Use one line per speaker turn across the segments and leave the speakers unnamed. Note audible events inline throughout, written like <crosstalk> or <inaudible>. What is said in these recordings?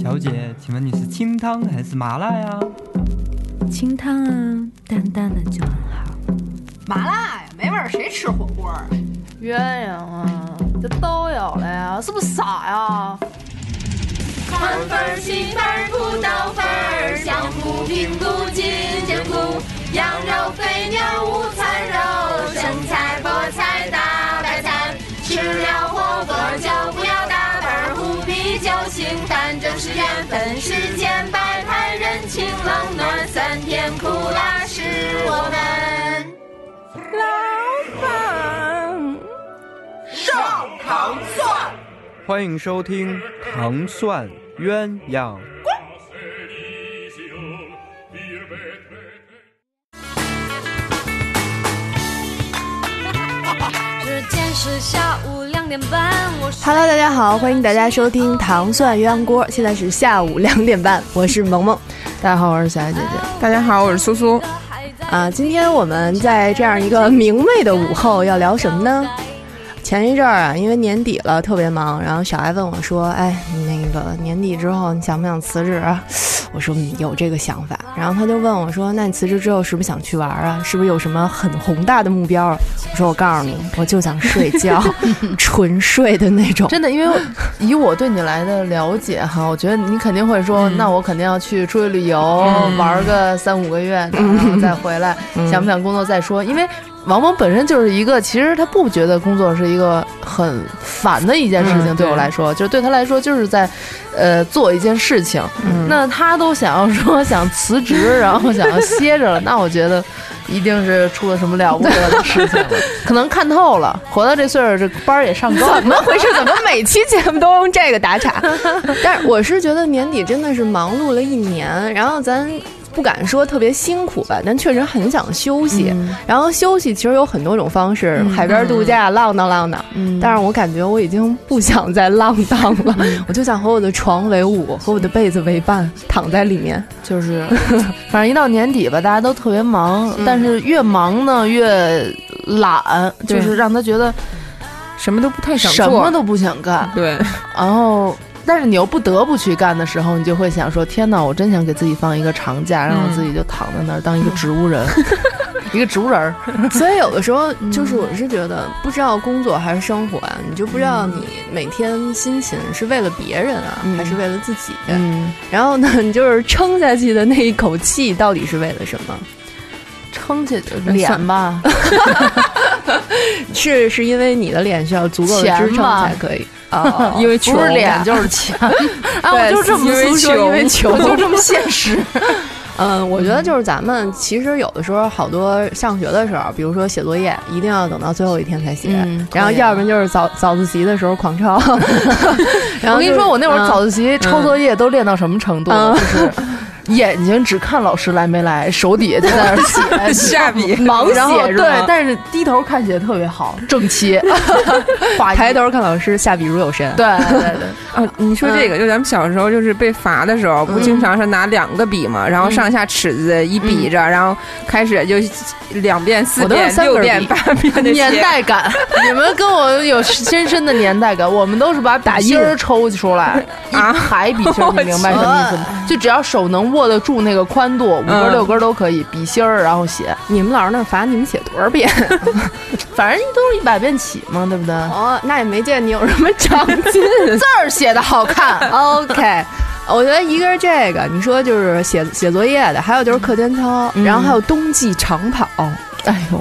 小姐，请问你是清汤还是麻辣呀？
清汤啊，淡淡的就很好。
麻辣呀，没味儿，谁吃火锅啊？
鸳鸯啊，这都有了呀，是不是傻呀？
看分儿、析分儿、不到分儿，相互评估进兼顾。羊肉、肥牛、午餐肉、生菜、菠菜、大白菜，吃了火锅就不要打本儿，虎皮酒醒，但正是缘分。世间百态，人情冷暖，酸甜苦辣是我们。
欢迎收听《糖蒜鸳鸯》。
这件事下午两点半，我
Hello，大家好，欢迎大家收听《糖蒜鸳鸯锅》，现在是下午两点半，我是萌萌。
大家好，我是小爱姐姐。
大家好，我是苏苏。
啊，今天我们在这样一个明媚的午后要聊什么呢？前一阵儿啊，因为年底了，特别忙，然后小艾问我说：“哎，你那个年底之后，你想不想辞职啊？”我说：“嗯有这个想法。”然后他就问我说：“那你辞职之后是不是想去玩啊？是不是有什么很宏大的目标啊？”我说：“我告诉你，我就想睡觉，纯睡的那种。” <laughs>
真的，因为我以我对你来的了解哈，我觉得你肯定会说，那我肯定要去出去旅游，玩个三五个月，然后再回来，想不想工作再说。因为王蒙本身就是一个，其实他不觉得工作是一个很烦的一件事情，嗯对对我来说，就是对他来说就是在，呃，做一件事情。那他都想要说想辞职，然后想要歇着了，那我觉得一定是出了什么了不得的事情了，可能看透了，活到这岁数，这班儿也上高了。
怎么回事？怎么每期节目都用这个打岔？但是我是觉得年底真的是忙碌了一年，然后咱不敢说特别辛苦吧，但确实很想休息。然后休息其实有很多种方式，海边度假、浪荡浪荡。
嗯
但是我感觉我已经不想再浪荡了， <laughs> 我就想和我的床为伍，和我的被子为伴，躺在里面。
就是， <laughs> 反正一到年底吧，大家都特别忙，但是越忙呢越懒，就
对
是让他觉得
什么都不太想做，
什么都不想干。
对，
然后，但是你又不得不去干的时候，你就会想说：天哪，我真想给自己放一个长假，让我自己就躺在那儿当一个植物 <laughs> 人，一个植物人儿。
<laughs> 所以有的时候就是我是觉得，不知道工作还是生活啊，你就不知道你每天心情是为了别人啊，
嗯
还是为了自己。
嗯，
然后呢，你就是撑下去的那一口气到底是为了什么？
撑起脸吧，
是是因为你的脸需要足够的
钱
支撑
吧
才可以啊 <laughs>
因为
不是
穷
脸就是钱。 <laughs> 啊，我
对
就这么
因为
俗说，
穷
因为穷，
我就
这么现实。
嗯，我觉得就是咱们其实有的时候，好多上学的时候，比如说写作业，一定要等到最后一天才写，
嗯
然后
可以
要不然就是早早自习的时候狂
<laughs>
抄。然后
我跟你
就是
说，我那会儿
嗯
早自习抄作业都练到什么程度了？就是 <laughs> 眼睛只看老师来没来，手底下就在那
嗯
儿
<laughs>
写。
下笔
忙然后
写是吗
对，但是低头看写的特别好，
<laughs>
整齐，画一
抬。头看老师，下笔如有神。
对对对
<laughs>
<laughs>
对，
啊！你说这个，就咱们小时候就是被罚的时候，不经常是拿两个笔嘛，然后上下尺子一比着，然后开始就两遍、四
我都是
遍、
三
六
根
遍
笔、
八遍的
<laughs> 年
写。
<laughs>
代感，你们跟我有深深的年代感。我们都是把笔芯儿抽出
<laughs>
来，一
啊
排笔芯儿，你明白什么意思吗？就只要手能握得住那个宽度，五根
嗯
六根都可以，笔芯儿然后写，
你们老师那儿罚你们写多少遍？
<laughs> 反正都是一百遍起嘛，对不
<laughs>
对？
哦，那也没见你有什么长进。
字儿写的好 <laughs> 看，
OK，我觉得一个是这个，你说就是写写作业的，还有就是课间操，
嗯
然后还有冬季长跑，
哎呦，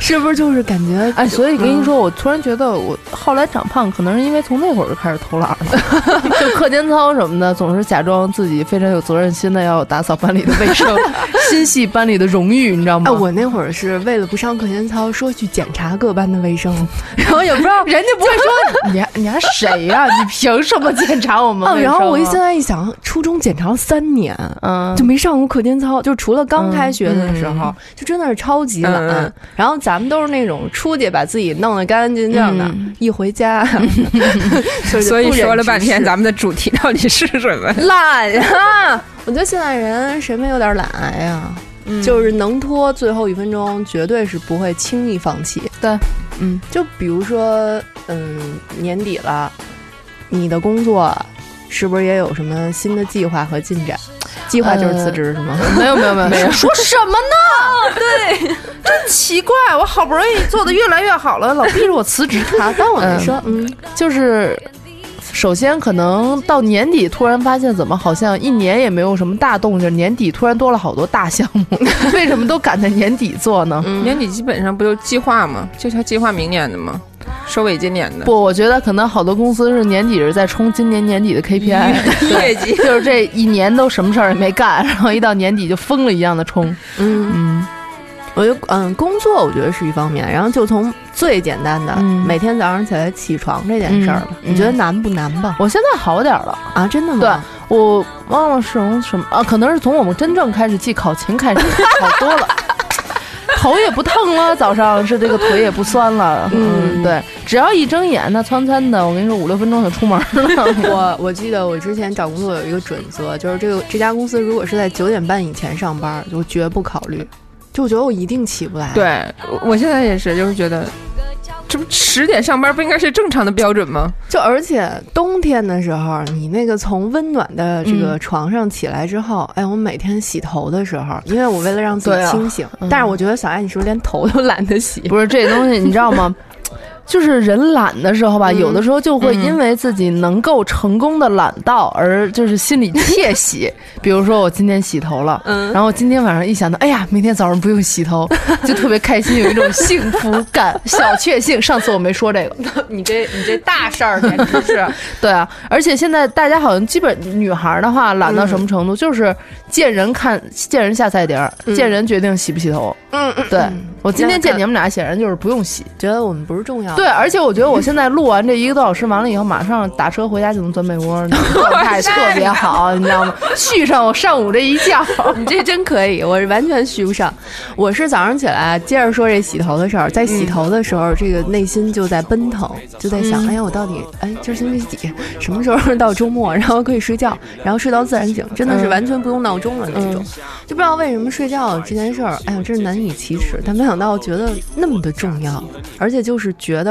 是不是就是感觉
嗯
<laughs> 哎，所以跟你说，我突然觉得我后来长胖，可能是因为从那会儿就开始偷懒了， <laughs> 就课间操什么的，总是假装自己非常有责任心的要打扫班里的卫生， <laughs> 心系班里的荣誉，你知道
哎，
吗？
我那会儿是为了不上课间操，说去检查各班的卫生，然
<laughs>
后也不知道人家不会说。
你还你还谁呀、你凭什么检查我们
哦，
卫生
然
啊？
后我一现在一想，初中检查了三年，
嗯
就，没上过课间操，就除了刚开学的时候，
嗯
就真的是超级懒。
嗯嗯
然后咱们都是那种出去把自己弄得干干净净的，
嗯
一回
<laughs>
家， <laughs> 就是
所以
不忍
说了
直
半天，
视嗯
咱们的主题到底是什么？
懒呀！ <laughs> 我觉得现在人谁没有点懒癌呀？就是能拖最后一分钟，绝对是不会轻易放弃。
对，嗯，
就比如说，嗯，年底了，你的工作是不是也有什么新的计划和进展？计划就是辞职是吗？ <laughs>
没有没有没有没有，哦
说什
<laughs>
么呢？对，真奇怪，我好不容易做的越来越好了，老逼着我辞职。
好，当我没说，嗯，
就是首先可能到年底突然发现，怎么好像一年也没有什么大动静，年底突然多了好多大项目， <laughs> 为什么都赶在年底做呢？
<laughs> 年底基本上不就计划吗？就是计划明年的吗？收尾今年的
不，我觉得可能好多公司是年底是在冲今年年底的 KPI，
业绩，
<laughs> 就是这一年都什么事儿也没干，然后一到年底就疯了一样的冲。嗯，
我觉得嗯，工作我觉得是一方面，然后就从最简单的、
嗯
每天早上起来起床这件事儿吧，
嗯嗯
你觉得难不难吧？
我现在好点儿了，
啊，真的吗？
对我忘了是从什么啊，可能是从我们真正开始记考勤开始好多了。头也不疼了，早上是这个腿也不酸了，嗯，对，只要一睁眼，那窜窜的，我跟你说五六分钟就出门了，
<laughs> 我我记得我之前找工作有一个准则，就是这个这家公司如果是在九点半以前上班，我绝不考虑，就我觉得我一定起不来。，
对我我现在也是，就是觉得。这不十点上班不应该是正常的标准吗？
就而且冬天的时候，你那个从温暖的这
嗯
个床上起来之后，哎，我每天洗头的时候，因为我为了让自
对
己
啊
清醒，
嗯
但是我觉得小艾你是不是连头都懒得洗？
<laughs> 不是这东西，你知道吗？ <laughs> 就是人懒的时候
嗯
吧，有的时候就会因为自己能够成功的懒到而就是心里
<laughs>
窃喜。比如说我今天洗头了，
嗯
然后今天晚上一想到，哎呀，明天早上不用
<laughs>
洗头，就特别开心，有一种幸福感、小确幸。上次我没说这个，
你这你这大事儿简直是，
对啊，而且现在大家好像基本女孩儿的话懒到什么程度，
嗯
就是见人看见人下菜碟儿，见人决定洗不洗头。
嗯，
对我今天
这样看
见你们俩，显然就是不用洗。
觉得我们不是重要的。
对，而且我觉得我现在录完这一个多小时，完了以后马上打车回家就能钻被窝，状 <laughs> 态特别好，你知道吗？续上我上午这一 <laughs> 觉，
<laughs> 你这真可以，我是完全续不上。我是早上起来，接着说这洗头的事儿，在洗头的时候，这个内心就在奔腾，就在想，哎呀，我到底，哎，今儿星期几，什么时候 <laughs> 到周末，然后可以睡觉，然后睡到自然醒，真的是完全不用闹钟了那种。就不知道为什么睡觉这件事儿，哎呀，真是难以启齿。但没想到觉得那么的重要，而且就是觉得。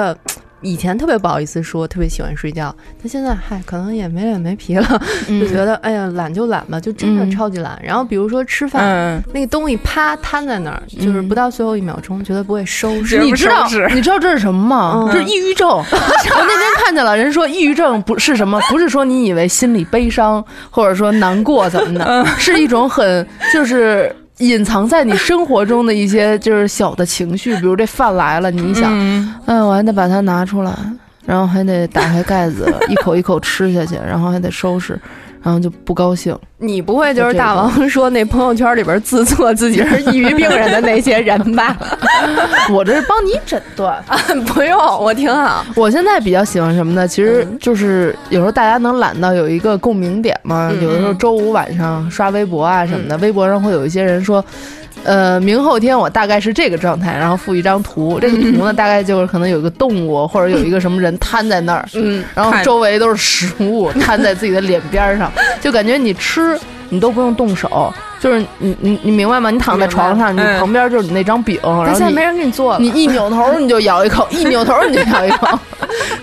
以前特别不好意思说特别喜欢睡觉，但现在嗨，可能也没脸没皮了，就觉得哎呀懒就懒吧，就真的
嗯
超级懒。然后比如说吃饭，
嗯，
那个东西啪摊在那儿，就是不到最后一秒钟，绝对不会收拾。
你嗯知
绝
道
不收拾
你知道这是什么吗？
嗯
这是抑郁症。 <laughs> 我那天看见了，人说抑郁症不是什么，不是说你以为心里悲伤或者说难过怎么的，是一种很就是。隐藏在你生活中的一些就是小的情绪，比如这饭来了，你一想，
嗯
哎，我还得把它拿出来，然后还得打开盖 <laughs> 子，一口一口吃下去，然后还得收拾，然后就不高兴。
你不会就是大王说那朋友圈里边自测自己是抑郁病人的那些人
<laughs>
吧？
我这是帮你诊断。
不用，我挺好。
<laughs> 我现在比较喜欢什么呢？其实就是有时候大家能懒到有一个共鸣点嘛。有的时候周五晚上刷微博啊什么的，微博上会有一些人说。呃，明后天我大概是这个状态，然后附一张图，这个图呢大概就是可能有一个动物或者有一个什么人瘫在那儿，
嗯，
然后
看
周围都是食
<laughs>
物摊在自己的脸边儿上，就感觉你吃你都不用动手，就是你你你明白吗？你躺在床上，你
嗯
旁边就是你那张饼，然
但现
后
在
你
没人给你做了。
你一扭头你就咬一口，一扭头你就咬一口，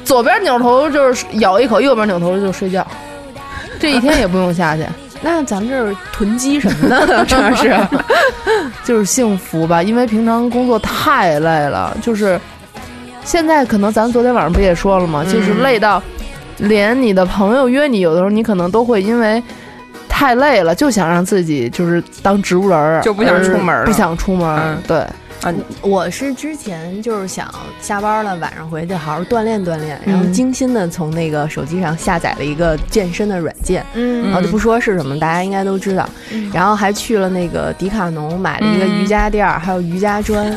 左边扭头就是咬一口，右边扭头就睡觉，这一天也不用下去，
那咱们这儿囤积什么
<laughs>
的，主要是
就是幸福吧，因为平常工作太累了，就是现在可能咱昨天晚上不也说了吗？
嗯
就是累到连你的朋友约你，有的时候你可能都会因为太累了，就想让自己就是当植物人儿，
就不想出门儿了
而不想出门儿。
嗯
对，
我是之前就是想下班了，晚上回去好好锻炼锻炼，然后
嗯
精心的从那个手机上下载了一个健身的软件，
嗯
然后就不说是什么，大家应该都知道。然后还去了那个迪卡侬买了一个
嗯
瑜伽垫儿，还有瑜伽砖。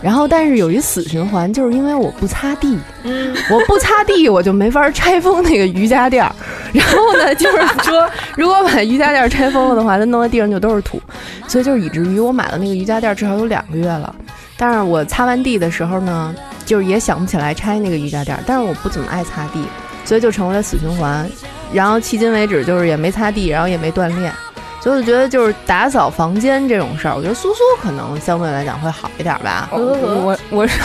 然后，但是有一死循环，就是因为我不擦地，我不擦地，我就没法拆封那个瑜伽垫儿。 <laughs> 然后呢， <laughs> 就是说，如果把瑜伽垫儿拆封了的话，它弄在地上就都是土，所以就是以至于我买了那个瑜伽垫儿至少有两个月了。但是我擦完地的时候呢，就是也想不起来拆那个瑜伽垫儿，但是我不怎么爱擦地，所以就成为了死循环。然后迄今为止就是也没擦地，然后也没锻炼，所以我觉得就是打扫房间这种事儿，我觉得苏苏可能相对来讲会好一点吧。
我我我是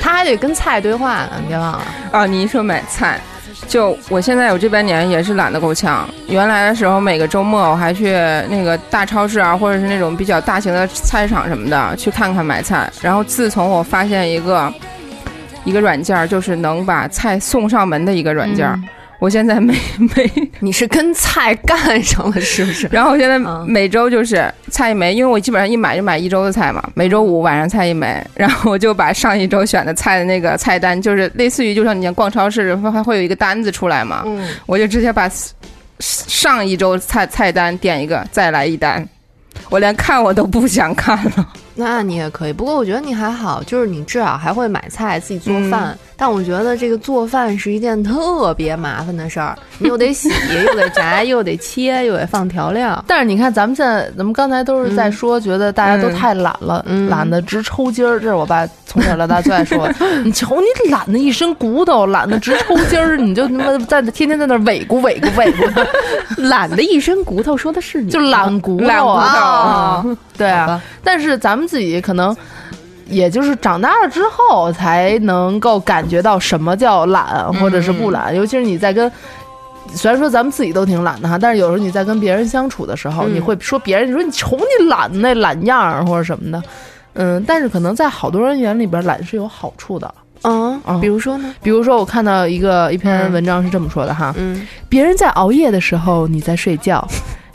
他还得跟菜对话呢，你别忘了。
啊，你一说买菜，就我现在我这半年也是懒得够呛。原来的时候，每个周末我还去那个大超市啊，或者是那种比较大型的菜市场什么的去看看买菜。然后自从我发现一个一个软件儿，就是能把菜送上门的一个软件儿，我现在每每，？
你是跟菜干上了是不是
<laughs> 然后我现在
嗯
每周就是菜一枚，因为我基本上一买就买一周的菜嘛，每周五晚上菜一枚， <laughs> 然后我就把上一周选的菜的那个菜单，就是类似于就像你逛超市，它它会有一个单子出来嘛，
嗯，
我就直接把 s- 上一周菜菜单点一个，再来一单。我连看我都不想看了， <laughs>
那你也可以，不过我觉得你还好，就是你至少还会买菜自己做饭。但我觉得这个做饭是一件特别麻烦的事儿，你又得洗，又得炸，又得切，又得放调料。
但是你看，咱们现在，咱们刚才都是在说，觉得大家都
嗯
太懒了，
嗯
懒得直抽筋儿。这是我爸从小到大最爱
<laughs>
说的。你瞅你懒得一身骨头，懒得直抽筋儿，你就他妈在那天天在那儿尾咕尾咕
<laughs>
尾咕，
<laughs> 懒得一身骨头，说的是你，
就懒骨头啊
懒骨头
啊对
好
啊
吧，
但是咱们自己可能。也就是长大了之后，才能够感觉到什么叫懒，或者是不
嗯
懒。尤其是你在跟，虽然说咱们自己都挺懒的哈，但是有时候你在跟别人相处的时候，
嗯
你会说别人，你说你瞅你懒那懒样儿或者什么的，嗯。但是可能在好多人眼里边，懒是有好处的。
嗯
嗯，
比如说呢，
比如说，我看到一个一篇文章是这么说的哈，
嗯，
别人在熬夜的时候你在睡觉，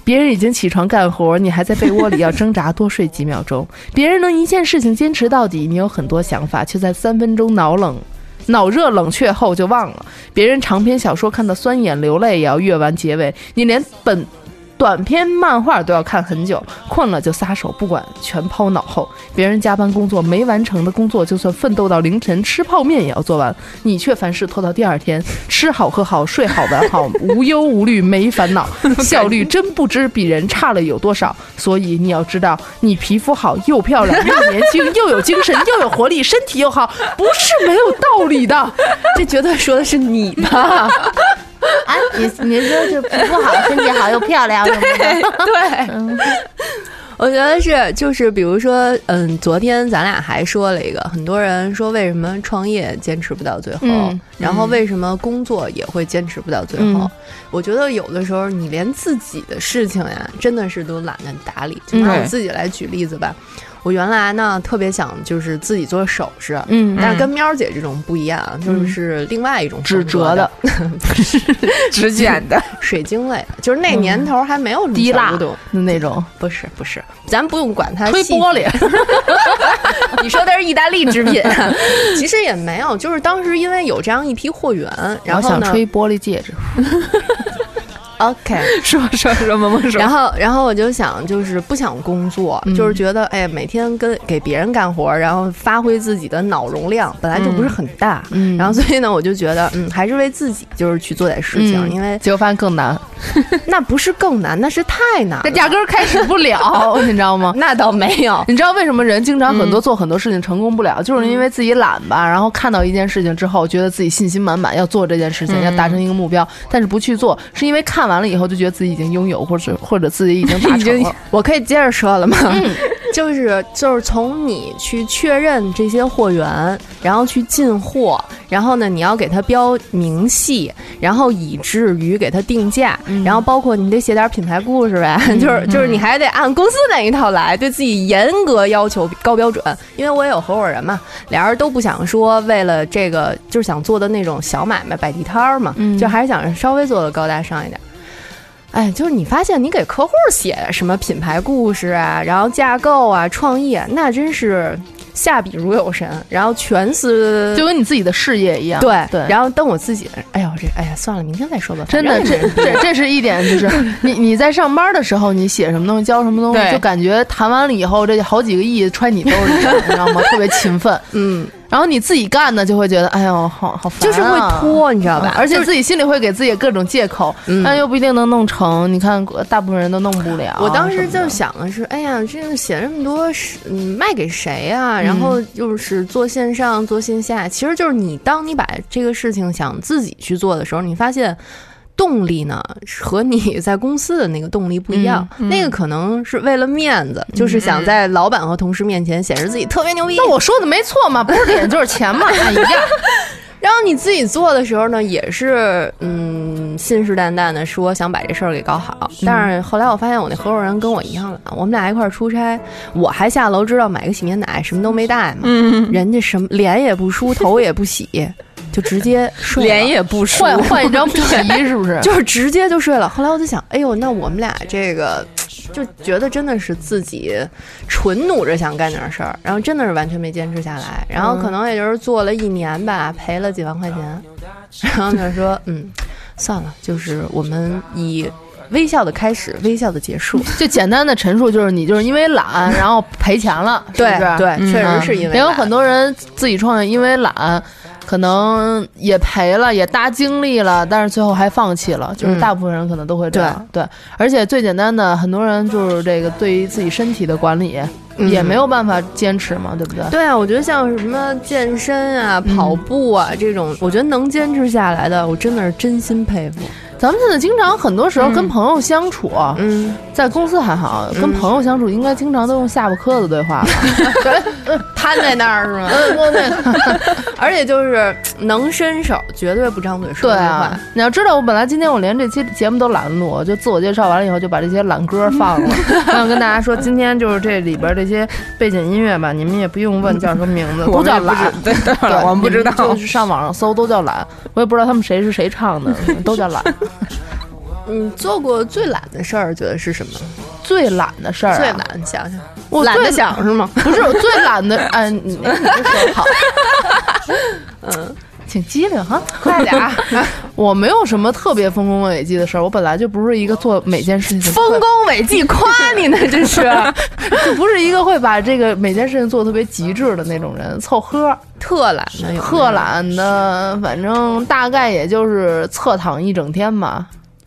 别人已经起床干活，你还在被窝里要挣扎多睡几秒钟。别人能一件事情坚持到底，你有很多想法，却在三分钟脑冷。脑热冷却后就忘了，别人长篇小说看到酸眼流泪也要阅完结尾，你连本短篇漫画都要看很久，困了就撒手不管，全抛脑后。别人加班工作没完成的工作，就算奋斗到凌晨吃泡面也要做完，你却凡事拖到第二天，吃好喝好睡好玩 <laughs> 好，无忧无虑没烦 <laughs> 恼，效率真不知比人差了有多少。所以你要知道，你皮肤好又漂亮又年轻又有精神又有活力，身体又好，不是没有道理的。 <laughs>
这绝对说的是你
<laughs>
吧？
啊，你你说这皮肤好，身体好又漂亮嗯什么的， <laughs>
我觉得是，就是比如说，嗯，昨天咱俩还说了一个，很多人说为什么创业坚持不到最后，
嗯
然后为什么工作也会坚持不到最后。
嗯
我觉得有的时候你连自己的事情呀，真的是都懒得打理。就拿
嗯
我自己来举例子吧，我原来呢特别想就是自己做首饰。
嗯
但是跟喵姐这种不一样，啊，就是另外一种
指
风格
折的，
只捡的。
水晶类，就是那年头还没有什么
滴
小
蜡
古董，
那种
不是不是，咱不用管它
推
细
玻璃，
<laughs> 你说的是意大利制品， <laughs> 其实也没有，就是当时因为有这样一批货源，然
我
后
想
呢
吹玻璃戒指，
，OK，
<laughs>
<laughs>
说说说，萌萌说，
然后然后我就想，就是不想工作，
嗯
就是觉得哎，每天跟给别人干活，然后发挥自己的脑容量本来就不是很大，
嗯
然后所以呢，我就觉得嗯，还是为自己就是去做点事情，
嗯
因为
结果发现更难，
那不是更难，那是太难了，
压根儿开始不 <laughs> 了，哦你知道吗？
那倒没有，
你知道为什么人经常很
嗯
多做很多事情成功不了，就是因为自己懒吧，然后看到一件事情之后，觉得自己信心满满要做这件事
嗯
情，要达成一个目标，但是不去做，是因为看完了以后就觉得自己已经拥有，或者或者自己已
<laughs>
经达成 <laughs> 了。
我可以接着说了吗？ <laughs> 就是就是从你去确认这些货源，然后去进货，然后呢，你要给它标明细，然后以至于给它定价，然后包括你得写点品牌故事呗，就是就是你还得按公司那一套来，对自己严格要求高标准。因为我也有合伙人嘛，俩人都不想说为了这个就是想做的那种小买卖摆地摊儿嘛，
嗯
就还是想稍微做的高大上一点。哎，就是你发现你给客户写什么品牌故事啊，然后架构啊、创意啊，那真是下笔如有神，然后全是
就跟你自己的事业一样，
对
对。
然后等我自己，哎呦这哎呀算了，明天再说吧。
真的，这这这是一点，就是
<laughs>
你你在上班的时候，你写什么东西，交什么东西，
对
就感觉谈完了以后，这好几个亿揣你兜里，你知道吗？特别勤奋。
嗯，
然后你自己干呢，就会觉得，哎呦，好好烦、啊，
就是会拖，你知道吧？
而且自己心里会给自己各种借口，
嗯
但又不一定能弄成。你看，大部分人都弄不了。
我当时
什么
就
的
想的是，哎呀，这个写这么多是，嗯，卖给谁啊？然后
嗯
就是做线上，做线下，其实就是你，当你把这个事情想自己去做的时候，你发现。动力呢，是和你在公司的那个动力不一样，
嗯
那个可能是为了面子，就是想在老板和同事面前显示自己特别牛逼。
<laughs> 那我说的没错嘛，不是脸就是钱嘛。哎呀，
然后你自己做的时候呢，也是嗯信誓旦旦的说想把这事儿给搞好，但是后来我发现我那合伙人跟我一样了，我们俩一块儿出差，我还下楼知道买个洗面奶，什么都没带嘛，人家什么脸也不梳，头也不洗，就直接睡了
脸也不梳，
换换一张皮是不是？
就是直接就睡了。后来我就想，哎呦，那我们俩这个就觉得真的是自己纯努着想干点事儿，然后真的是完全没坚持下来。然
嗯
后可能也就是做了一年吧，赔了几万块钱，然后就说，嗯，算了，就是我们以微笑的开始，微笑的结束。
就简单的陈述就是你就是因为懒，然后赔钱了，是不
对
是？
对，
嗯，
确实是因为
也有
懒
很多人自己创业，因为懒，可能也赔了，也搭精力了，但是最后还放弃了。就是
嗯
大部分人可能都会这样，对。而且最简单的，很多人就是这个对于自己身体的管理、
嗯
也没有办法坚持嘛，对不对？
对啊，我觉得像什么健身啊、
嗯
跑步啊、这种，我觉得能坚持下来的，我真的是真心佩服。
咱们现在经常很多时候跟朋友相处，啊
嗯，
在公司还好，跟
嗯
朋友相处应该经常都用下巴磕子
<laughs>
对话吧。
瘫在那儿是吗？而且就是能伸手，绝对不张嘴说
对
这话。
啊，你要知道，我本来今天我连这期节目都懒得录，我就自我介绍完了以后就把这些懒歌放 <laughs> 了。我想跟大家说，今天就是这里边这些背景音乐吧，你们也不用问叫什么名 <laughs> 字，
我
都
们也
叫
不知
懒。
对，对
对 <laughs>
我们不知道
你。就是上网上搜都叫懒，我也不知道他们谁是谁唱的，都 <laughs> 叫懒。
你嗯做过最懒的事儿，觉得是什么？
最懒的事儿、啊，
最，懒，想想，
我
懒
最
得想是吗？
不是我最懒的，哎，你你说好， <laughs> 嗯，挺机灵哈，快点。 <laughs> 我没有什么特别丰功伟绩的事儿，我本来就不是一个做每件事情
丰功伟绩，夸你呢，这是啊
<laughs> 就不是一个会把这个每件事情做得特别极致的那种人，凑合
特懒的有没有
特懒的，反正大概也就是侧躺一整天吧。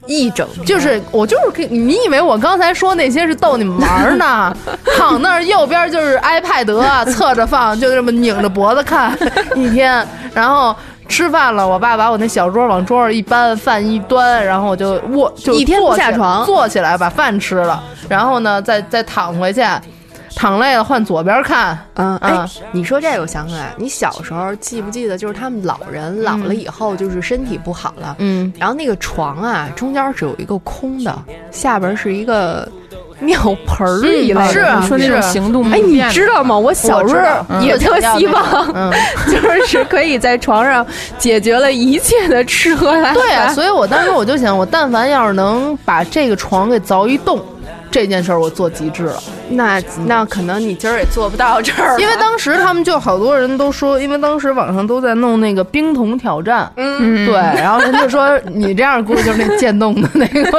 一整天
就是我就是给你以为我刚才说那些是逗你们玩儿呢？躺那儿右边就是 iPad，侧啊着放，就这么拧着脖子看一天，然后。吃饭了，我爸把我那小桌往桌上一搬，饭一端，然后我就卧就
一天不
坐起
下床
坐起来把饭吃了，然后呢再再躺回去，躺累了换左边看，
嗯，哎
啊，
你说这个我想起来，你小时候记不记得，就是他们老人老了以后，就是身体不好了，
嗯，
然后那个床啊，中间是有一个空的，下边是一个尿盆儿一类的
是啊
东西
说那种行动不
哎，你
便
知道吗？我小时
我知道
候
嗯
也特希望， <laughs>
嗯，
就是可以在床上解决了一切的吃喝拉撒。
对啊，所以我当时我就想，我但凡要是能把这个床给凿一洞，这件事儿我做极致了。嗯
那那可能你今儿也做不到这 <laughs> 儿，
因为当时他们就好多人都说，因为当时网上都在弄那个冰桶挑战，嗯，对，然后人就说你这样估计就是那渐冻的那个，
<laughs>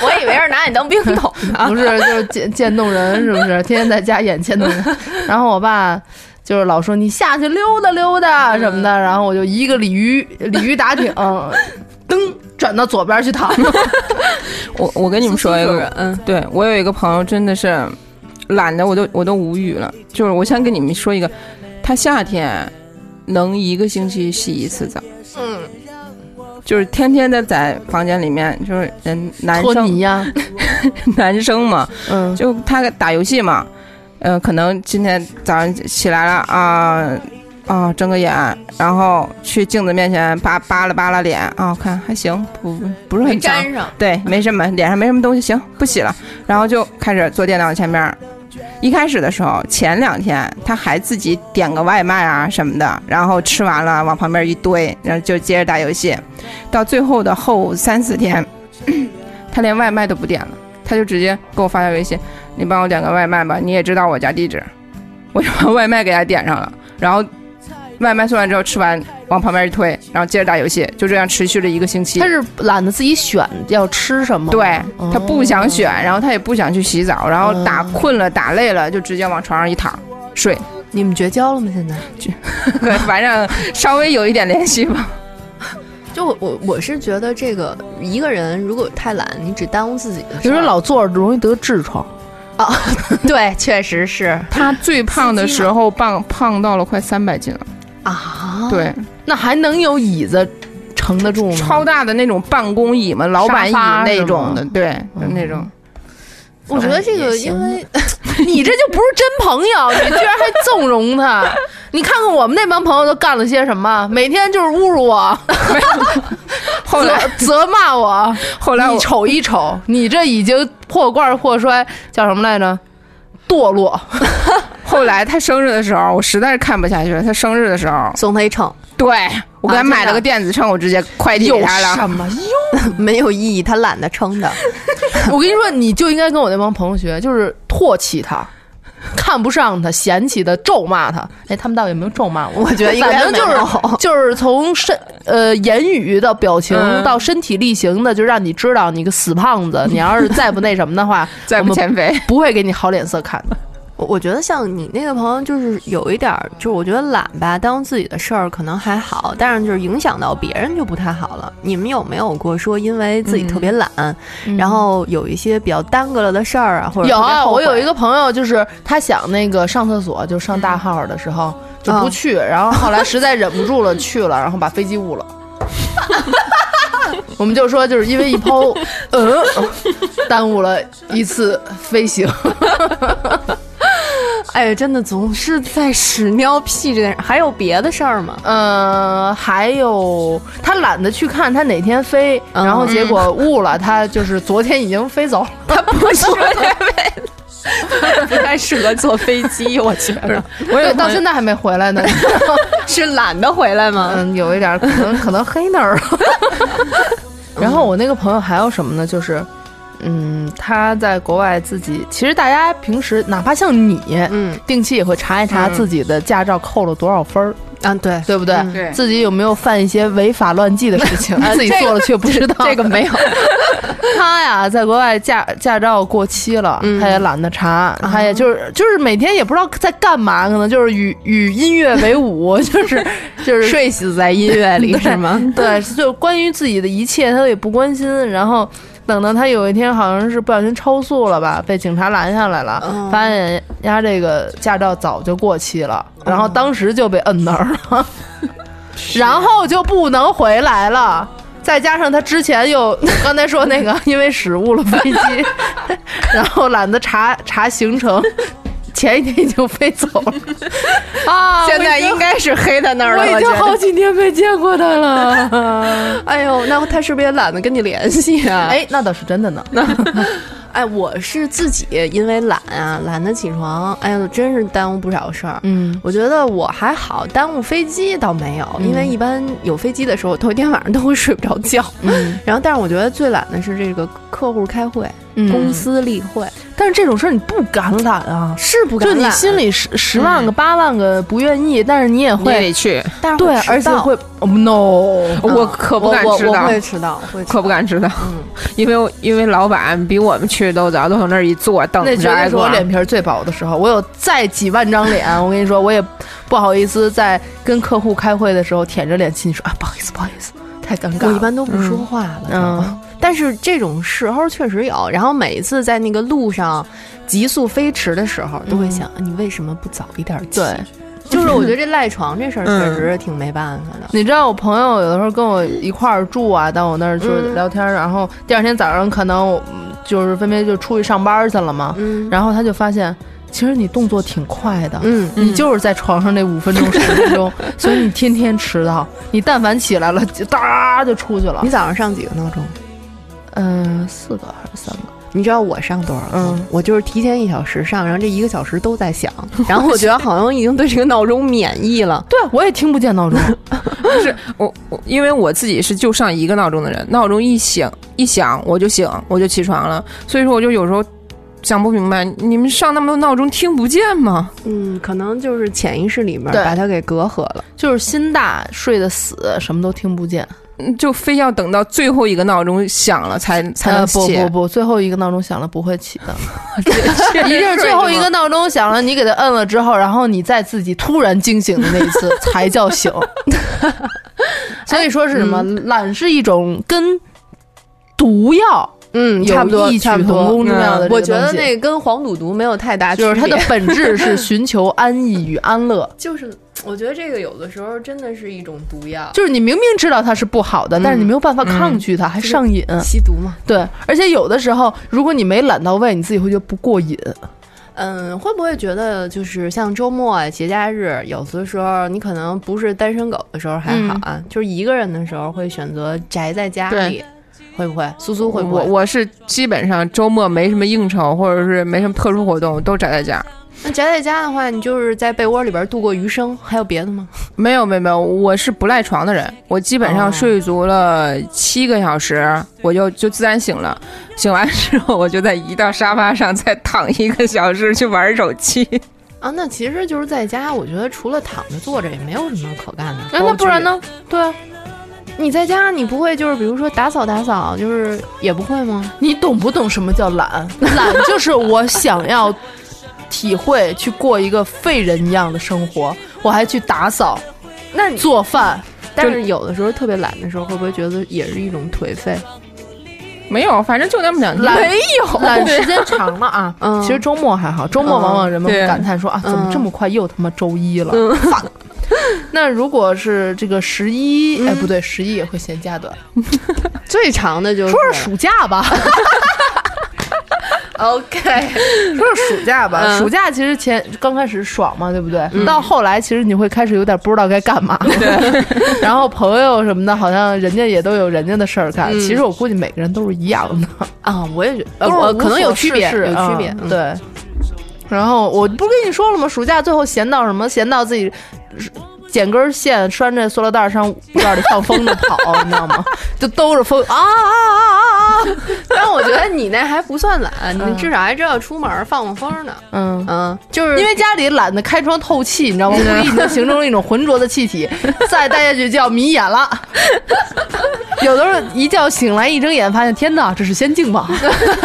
我以为是拿你当冰桶呢。
<laughs> 不是就是渐渐冻人是不是？天天在家演渐冻
<laughs>
人，然后我爸。就是老说你下去溜达溜达什么
嗯
的，然后我就一个鲤鱼鲤鱼打挺，
<laughs>
噔转到左边去躺。
我我跟你们说一个，
嗯，
对我有一个朋友真的是懒得我都我都无语了。就是我先跟你们说一个，他夏天能一个星期洗一次澡，嗯，就是天天的在房间里面，就是人男
托
生
尼呀、
<laughs> 男生嘛，
嗯，
就他打游戏嘛，嗯、可能今天早上起来了啊啊，睁个眼，然后去镜子面前扒扒拉扒拉脸啊，看还行，不不是很脏，
上，
对，没什么，脸上没什么东西，行，不洗了。然后就开始坐电脑前面儿。一开始的时候，前两天他还自己点个外卖啊什么的，然后吃完了往旁边一堆，然后就接着打游戏。到最后的后三四天， <clears throat> 他连外卖都不点了，他就直接给我发条微信：“你帮我点个外卖吧，你也知道我家地址。”我就把外卖给他点上了，然后外卖送完之后吃完往旁边一推，然后接着打游戏，就这样持续了一个星期。
他是懒得自己选要吃什么，
对
哦
他不想选，然后他也不想去洗澡，然
嗯
后打
哦
困了、打累了就直接往床上一躺睡，
你们绝交了吗？现在？
晚上稍微有一点联系吧。
就我我我是觉得这个一个人如果太懒，你只耽误自己的事儿。
有时
<laughs>
候老坐着容易得痔疮，
对，确实是
<laughs> 他最胖的时候胖胖到了快三百斤了，
啊，
对，
那还能有椅子撑得住吗？
超大的那种办公椅嘛，老板椅
沙发是
那
吗
种的，对，就那种。
我觉得这
哎
个
<laughs> 也行
因为
<laughs>
你这就不是真朋友，你居然还纵容他，你看看我们那帮朋友都干了些什么，每天就是侮辱我，
后来
责 <laughs> 责骂我。
<laughs> 后来我
你瞅一瞅，你这已经破罐破摔，叫什么来着？堕落。
后来他生日的时候，我实在是看不下去了。他生日的时候，
送他一秤，
对我给
啊
他
真的
买了个电子秤，我直接快递给他了。
么？
<laughs>
没有意义，他懒得称的。
我跟你说，你就应该跟我那帮朋友学，就是唾弃他。看不上他，嫌弃他，咒骂他。哎，他们到底有没有咒骂我？
我觉得应该
反正就是
没有
<laughs>
<laughs>
就是从身呃言语到表情
嗯
到身体力行的，就让你知道你个死胖 <laughs> 子，你要是再不那什么的话，
再不
我们
减肥，
不会给你好脸色看的。
我我觉得像你那个朋友，就是有一点儿，就是我觉得懒吧，当自己的事儿可能还好，但是就是影响到别人就不太好了。你们有没有过说因为自己特别懒，然后有一些比较耽搁了的事儿啊，或者
嗯有
特别
啊，
后
我
悔
有一个朋友，就是他想那个上厕所，就上大号的时候就不去，然后后来实在忍不住了去了，然后把飞机误了。 <laughs> 我们就说，就是因为一泡，呃，耽误了一次飞行。
哎，真的总是在屎尿屁这件事，还有别的事儿吗？ <laughs>
呃，还有他懒得去看他哪天飞，
嗯
然后结果误了，他就是昨天已经飞走了。他不是
<laughs> 不太适合坐飞机，我觉得
我也到现在还没回来呢。
是懒得回来吗？
嗯，有一点儿可能可能黑那儿了。然后我那个朋友还有什么呢？就是，嗯，他在国外自己，其实大家平时哪怕像你，
嗯
定期也会查一查
嗯
自己的驾照扣了多少分儿，
啊，对，
对不对？
嗯
对
自己有没有犯一些违法乱纪的事情，自己做了却不知
<laughs>
道。
这个 <laughs> 没有，
他呀，在国外驾驾照过期了，
嗯
他也懒得查，他也就是就是每天也不知道在干嘛，可能就是与与音乐为伍， <laughs> 就是就是
睡死在音乐里是吗？
<laughs> 对，就关于自己的一切，他都也不关心。然后等到他有一天好像是不小心超速了吧，被警察拦下来了，
嗯
发现人家这个驾照早就过期了，然后当时就被摁那儿 <laughs> 了，然后就不能回来了。再加上他之前又 <laughs> 刚才说那个，因为驶误了飞机， <laughs> 然后懒得查查行程，前一天已经飞走了啊！
现在
我已经
应该是黑在那儿了，
我
我
已
觉
经
得。
好几年没见过他了。
<laughs> 哎呦，那他是不是也懒得跟你联系啊？，
哎，那倒是真的呢。
哎，我是自己因为懒啊，懒得起床，哎呦，真是耽误不少事儿。
嗯，
我觉得我还好，耽误飞机倒没有，因为一般有飞机的时候，我头一天晚上都会睡不着觉。 <laughs>
嗯
然后，但是我觉得最懒的是这个客户开会、公司例会，
嗯但是这种事儿你不敢懒啊，
是不敢
就
懒，嗯
你心里十十万个八万个不愿意，但是你也
你也
会
得去，嗯
但是
对
我，迟
而且
到嗯
会哦 no，
我可不敢
我
迟
我
到
我，会迟到，会迟
可不敢迟到，
嗯
<laughs> 因为我因为老板比我们去的都早，都往那儿一坐等
那绝
着挨
对是我
啊
个。
脸皮儿最薄的时候。我有再几万张脸，我跟你说，我也不好意思在跟客户开会的时候舔着脸亲说啊，不好意思，不好意思，太尴尬
我
了。
一般都不说话了，
嗯
但是这种时候确实有。然后每一次在那个路上急速飞驰的时候，都会想、你为什么不早一点起？
嗯
嗯
对，
就是我觉得这赖床这事儿确实挺没办法的。
你知道我朋友有的时候跟我一块儿住啊，到我那儿就是
嗯
聊天儿，然后第二天早上可能我嗯就是分别就出去上班去了嘛，
嗯
然后他就发现，其实你动作挺快的。
嗯，
你就是在床上那五分钟十分 <laughs> 钟，所以你天天迟到。你但凡起来了，就哒就出去了
你。早上上几个闹钟？
嗯、四个还是三个？
你知道我上多少个？
嗯
我就是提前一小时上，然后这一个小时都在
<laughs>
响，然后我觉得好像已经对这个闹钟免疫了。
对，我也听不见闹钟。
我我因为我自己是就上一个闹钟的人，闹钟一醒一响我就醒，我就起床了，所以说我就有时候想不明白，你们上那么多闹钟听不见吗？
嗯，可能就是潜意识里面
对
把它给隔阂了。
就是心大，睡得死，什么都听不见。
嗯就非要等到最后一个闹钟响了才才能
呃不
起
不不，最后一个闹钟响了不会起 <laughs> 的。
不
<laughs> 一定是最后
<laughs>
一个闹钟响了，你给它摁了之后，然后你再自己突然惊醒的那一 <laughs> 次才叫醒。所以说是什么？懒是一种跟毒药
嗯，差不
有
多，
异曲
差不
同
多。
工之妙的这个东西。
我觉得那跟黄赌毒没有太大区
就
别，。
是它的本质是寻求安逸与安乐
就是，我觉得这个有的时候真的是一种毒药，
就是你明明知道它是不好
嗯
的，但是你没有办法抗拒它，还上瘾。
吸毒嘛。
对，而且有的时候，如果你没懒到位，你自己会觉得不过瘾。
嗯，会不会觉得就是像周末啊、节假日，有的时候你可能不是单身狗的时候还好啊，就是一个人的时候会选择宅在家里，会不会？苏苏会不会？
我我是基本上周末没什么应酬，或者是没什么特殊活动，都宅在家。
那宅在家的话，你就是在被窝里边度过余生，还有别的吗？
没有没有没有，我是不赖床的人，我基本
哦
上睡足了七个小时，我就就自然醒了。醒完之后，我就再移到沙发上，再躺一个小时去玩手
<laughs>
机。
<laughs> 啊，那其实就是在家，我觉得除了躺着坐着也没有什么可干的。
那那不然呢？
对啊，你在家你不会就是比如说打扫打扫，就是也不会吗？
你懂不懂什么
<laughs>
叫懒？懒就是我想要体会去过一个废人一样的生活，我还去打扫、
那你
做饭。
但是有的时候特别懒的时候，会不会觉得也是一种颓废？
没有，反正就那么两天。
懒
嗯有
懒时间长了啊，
嗯
其实周末还好，周末往往人们会
对
感叹说啊，
嗯
怎么这么快又他妈周一了？
嗯
<laughs> 烦。那如果是这个十一，
嗯
哎，不对，十一也会嫌假短。
最长的就是
说说暑假吧。OK，
<laughs>
说说暑假吧。
嗯
暑假其实前刚开始爽嘛，对不对？到后来其实你会开始有点不知道该干嘛。对。 <laughs> 然后朋友什么的，好像人家也都有人家的事儿干。其实我估计每个人都是一样的，
啊，我也觉
都
嗯呃，
是
我
无
可能有
所
区
事
别，
事
有区
嗯
别。嗯
对。然后我不跟你说了吗？暑假最后闲到什么？闲到自己剪根线，拴着塑料袋上院里放风筝跑，你
<laughs>
知道吗？就兜着风啊啊啊啊啊！
<laughs> 但我觉得你那还不算懒，你至少还知道出门放放风呢。
嗯，
嗯，就是
<laughs> 因为家里懒得开窗透气，你知
<laughs>
道吗？无意间形成了一种浑浊的气体， <laughs> 再待下去就要迷眼了。 <laughs> 有的时候一觉醒来，一睁眼发现，天哪，这是仙境吧？
<laughs>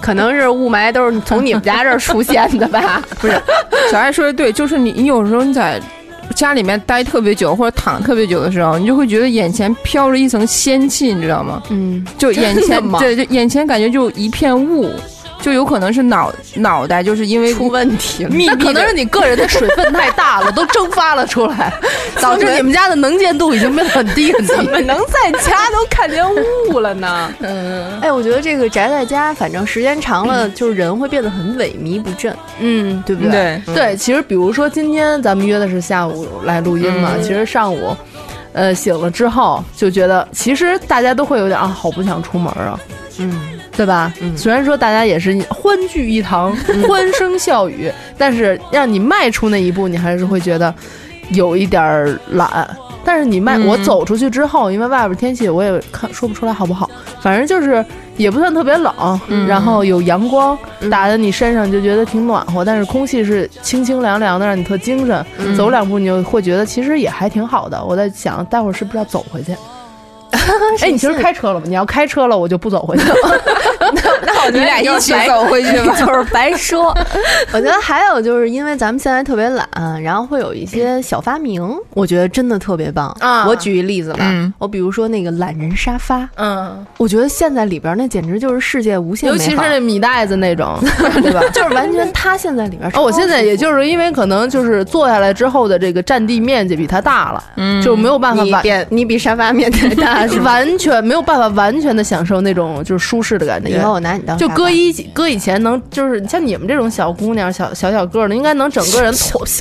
可能是雾霾都是从你们家这儿出现的吧？不是，
小爱说的对，就是你，你有时候你在家里面待特别久或者躺特别久的时候，你就会觉得眼前飘着一层仙气，你知道吗？
嗯，
就眼
真的
前
吗
对，就眼前感觉就一片雾，就有可能是脑脑袋就是因为
出问题了。
密
<laughs> 那
闭
可能
的
是你个人的水分太大了，都蒸发了出
<laughs>
来，导致你们家的能见度已经变得很低很低。
怎么能在家都看见雾了呢？哎，我觉得这个宅在家，反正时间长了，就是人会变得很萎靡不振，
嗯，
对不嗯对？
对，
对，其实比如说今天咱们约的是下午来录音
嗯
嘛，其实上午，呃，醒了之后就觉得，其实大家都会有点啊，好不想出门啊，
嗯，
对吧？
嗯
虽然说大家也是欢聚一堂、 <laughs> 欢声笑语，但是让你迈出那一步，你还是会觉得有一点儿懒。但是你迈、我
嗯
走出去之后，因为外边天气我也看说不出来好不好，反正就是也不算特别冷，然后有阳光打在你身上，就觉得挺暖和。但是空气是清清凉凉的，让你特精神。
嗯
走两步你就会觉得其实也还挺好的。我在想，待会儿是不是要走回去？哎，你今儿开车了吗？你要开车了，我就不走回去了。
你俩一起走回去 <laughs> 吧。
<laughs>
就是白说。我觉得还有就是因为咱们现在特别懒，然后会有一些小发明，我觉得真的特别棒
嗯啊
我举一例子吧，
嗯
我比如说那个懒人沙发，
嗯，
我觉得现在里边那简直就是世界无限
<laughs> 尤
美好，
其是那米袋子那 <laughs> 种，对吧？
就是完全塌陷在里边。
啊，我现在也
就。
就是因为可能就是坐下来之后的这个占地面积比它大了，嗯，就没有办法
你
完
比你比沙发面积大是吧？
<laughs> 完全没有办法完全的享受那种就是舒适的感觉。
以后我拿你当
就
沙发
搁以搁以前能就是像你们这种小姑娘小小小个儿的，应该能整个人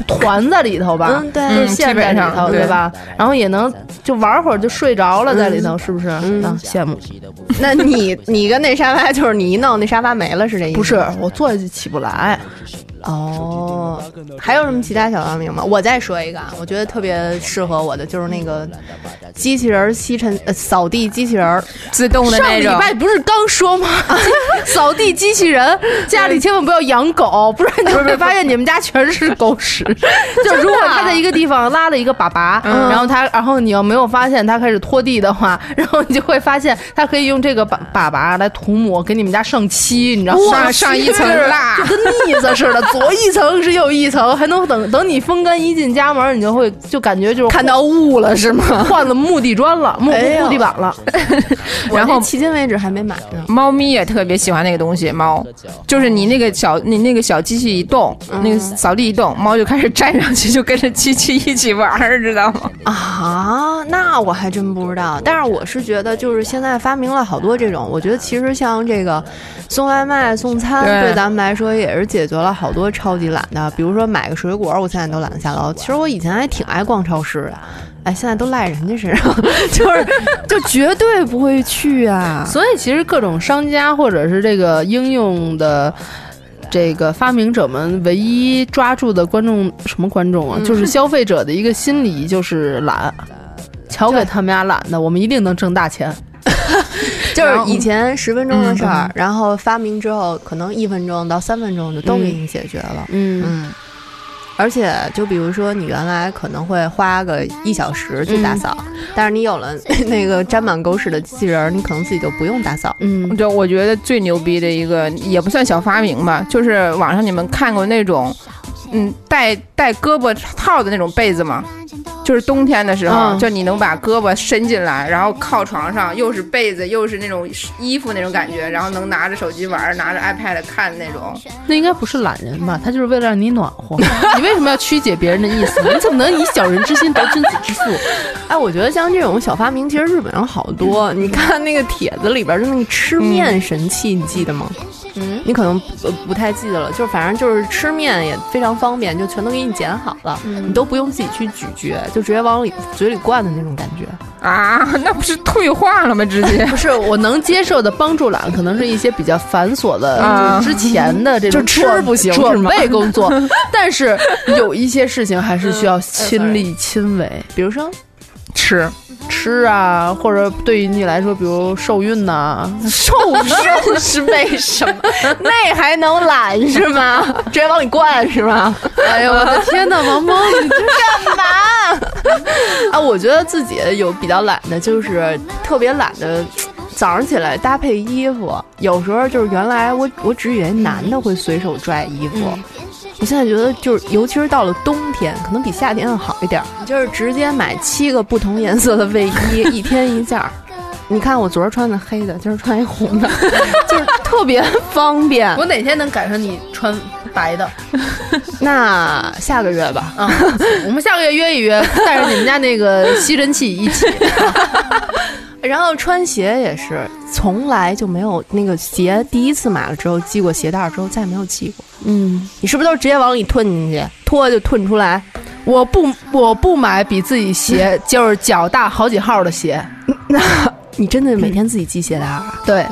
团团在里头吧？
嗯对
就是
嗯
陷
基
在
本
里
上
头，
对嗯
对吧？然后也能就玩会儿就睡着了在里头，是不是？
嗯
啊，羡慕。
那你你跟那沙发就是你一弄那沙发没了是这意思？
不是，我坐下去起不来。
哦，还有什么其他小发明吗？我再说一个啊，我觉得特别适合我的就是那个机器人儿吸尘呃扫地机器人儿，
自动的
上
哎
那
礼
种，
拜不是刚
<laughs>
说吗？扫地机器人，家里千万不要养狗，
哎
不然你就会发现你们家全是狗
<laughs>
屎。
啊
就如果它在一个地方拉了一个粑粑，
嗯
然后它，然后你又没有发现它开始拖地的话， <laughs> 然后你就会发现它可以用这个粑粑粑来涂抹给你们家上漆，你知道吗？
上上一层蜡
就，跟腻子
<laughs>
似的，左一层是右一层，还能等等你风干一进家门，你就会就感觉就是
看到雾了是吗？
换了木地砖了，木
哎呦
木地板了。
然后
我这迄今为止还没买呢。
猫咪也特别喜欢那个东西，猫就是你那个小你那个小机器一动，那个扫地一动，猫就开始站上去，就跟着机器一起玩儿，知道吗？
啊，那我还真不知道。但是我是觉得，就是现在发明了好多这种，我觉得其实像这个送外卖、送餐，
对
对咱们来说也是解决了好多超级懒的，比如说买个水果，我现在都懒得下楼。其实我以前还挺爱逛超市的，哎，现在都赖人家身上， <laughs> 就是就绝对不会去
<laughs>
啊。
所以其实各种商家或者是这个应用的。这个发明者们唯一抓住的观众什么观众啊？就是消费者的一个心理，就是懒。瞧给他们家懒的，我们一定能挣大钱。
就是以前十分钟的事儿，然后发明之后，可能一分钟到三分钟就都给你解决了。
嗯，
嗯，而且就比如说，你原来可能会花个一小时去打扫，但是你有了 <laughs> 那个沾满狗屎的机器人儿，你可能自己就不用打扫。
嗯，
就我觉得最牛逼的一个，也不算小发明吧，就是网上你们看过那种，嗯，带带胳膊套的那种被子吗？就是冬天的时候，
嗯
就你能把胳膊伸进来，然后靠床上，又是被子，又是那种衣服那种感觉，然后能拿着手机玩，拿着 iPad 看那种。
那应该不是懒人吧？他就是为了让你暖 <laughs> 和。你为什么要曲解别人的意思？你怎么能以小人之心得君子之腹？
哎，我觉得像这种小发明，其实日本人好多。你看那个帖子里边儿的那个吃面神器，你记得吗？嗯，你可能不不太记得了。就反正就是吃面也非常方便，就全都给你剪好了，你都不用自己去咀嚼，就直接往里嘴里灌的那种感觉。
啊，那不是退化了吗？直接 <laughs>
不是，我能接受的帮助懒，可能是一些比较繁琐的，
啊
就是之前的这种
就吃
准
不行是
准
吗
备工
<laughs>
作，但是有一些事情还是
嗯
需要亲力亲为，
比如说，
<laughs>
吃
吃啊，或者对于你来说，比如受孕呐、
瘦瘦是为什么？那还能懒 <laughs> 是吗？ <laughs> 直接往里灌是吗？
哎呦，我的天呐，萌萌，你这
<laughs> 啊，我觉得自己有比较懒的，就是特别懒的。早上起来搭配衣服，有时候就是原来我我只以为男的会随手拽衣服，
嗯
我现在觉得就是，尤其是到了冬天，可能比夏天要好一点儿，
嗯
就是直接买七个不同颜色的卫
<laughs>
衣，一天一件儿。你看我昨儿穿的黑的，今儿穿一红
<laughs>
的，就是特别方便。
我哪天能赶上你穿白的？
<laughs> 那下个月吧，
啊，我们下个月约一约，带着你们家那个吸尘器一起。
然后穿鞋也是，从来就没有那个鞋，第一次买了之后系过鞋带儿之后再也没有系过。
嗯，
你是不是都是直接往里吞进去，脱就吞出来？
我不，我不买比自
<laughs>
己鞋就是脚大好几号的鞋。
你真的每天自己系鞋带儿啊？
对，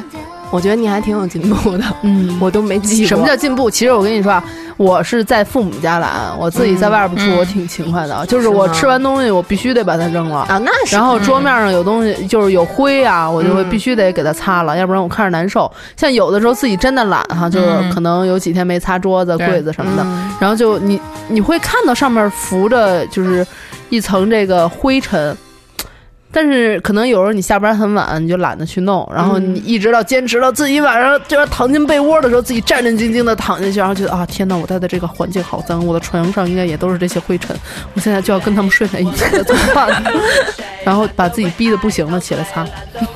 我觉得你还挺有进步的，
嗯。
<laughs> 我都没系过。
什么叫进步？其实我跟你说啊，我是在父母家懒，我自己在外边住，我挺勤快的。就是我
嗯是吗
吃完东西，我必须得把它扔了。
啊？那是嗯
然后桌面上有东西，就是有灰啊，我就会必须得给它擦了，要不然我看着难受。像有的时候自己真的懒哈，就是
嗯
可能有几天没擦桌子、
对
柜子什么的，然后就你你会看到上面浮着就是一层这个灰尘。但是可能有时候你下班很晚，你就懒得去弄，然后你一直到坚持到自己晚上就要躺进被窝的时候，自己战战兢兢的躺进去，然后觉得啊天呐，我待的这个环境好脏，我的床上应该也都是这些灰尘，我现在就要跟他们睡在一起了，怎么
<laughs>
办呢？然后把自己逼得不行了，起来擦。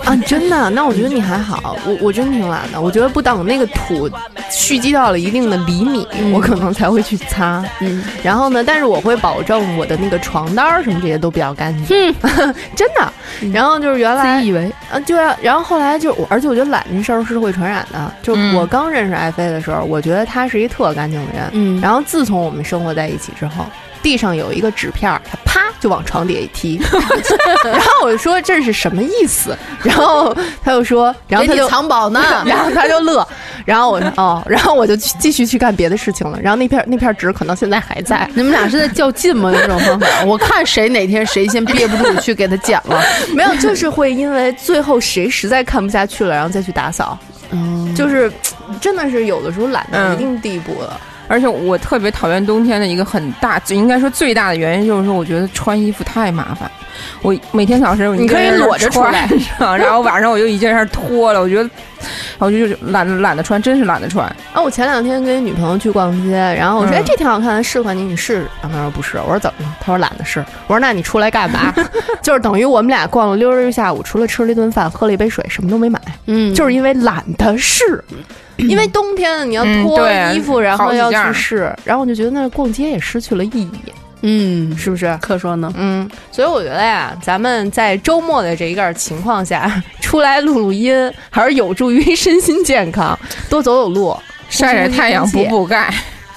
啊，真的？那我觉得你还好，我我真挺懒的。我觉得不等那个土蓄积到了一定的厘米，我可能才会去擦。嗯，然后呢，但是我会保证我的那个床单儿什么这些都比较干净。真的。然后就是原来
自以为
啊，对啊，然后后来就我，而且我觉得懒这事儿是会传染的。就
嗯
我刚认识爱妃的时候，我觉得她是一特干净的人。
嗯
然后自从我们生活在一起之后，地上有一个纸片儿，她啪就往床底下一
<laughs>
踢。然后我就说这是什么意思？然后她就说，然后她就
藏宝呢
<laughs> 然后她就乐。然后我说哦，然后我就去继续去干别的事情了。然后那片那片纸可能现在还在。
你们俩是在 <laughs> 较劲吗？用这种方法，我看谁哪天谁先憋不住去给他剪了。
<laughs> 没有，就是会因为最后谁实在看不下去了，然后再去打扫。
嗯，
就是真的是有的时候懒到
嗯
一定地步了。
而且我特别讨厌冬天的一个很大，最应该说最大的原因就是我觉得穿衣服太麻烦。我每天早晨
你可以裸着出
穿
来
上， <laughs> 然后晚上我就一件件脱了。我觉得，哦我就懒得懒得穿，真是懒得穿。
啊，我前两天跟女朋友去逛街，然后我说：“
嗯
哎，这挺好看的，试换你，你试试。”然后她说：“不是。”我说：“怎么了？”她说：“懒得试。”我说：“那你出来干 <laughs> 嘛？”就是等于我们俩逛了溜溜一下午，除了吃了一顿饭，喝了一杯水，什么都没买，
嗯，
就是因为懒得试。因为冬天你要
嗯
脱
对
衣服，然
好
后
几
要
件
去
儿
试，然后我就觉得那逛街也失去了意义，
嗯，
是不是？
可说呢。
嗯，所以我觉得呀，咱们在周末的这一个情况下 <laughs> 出来录录音，还是有助于身心健康，多走走路，
晒晒太阳，
呼吸
补
呼吸空气
补钙，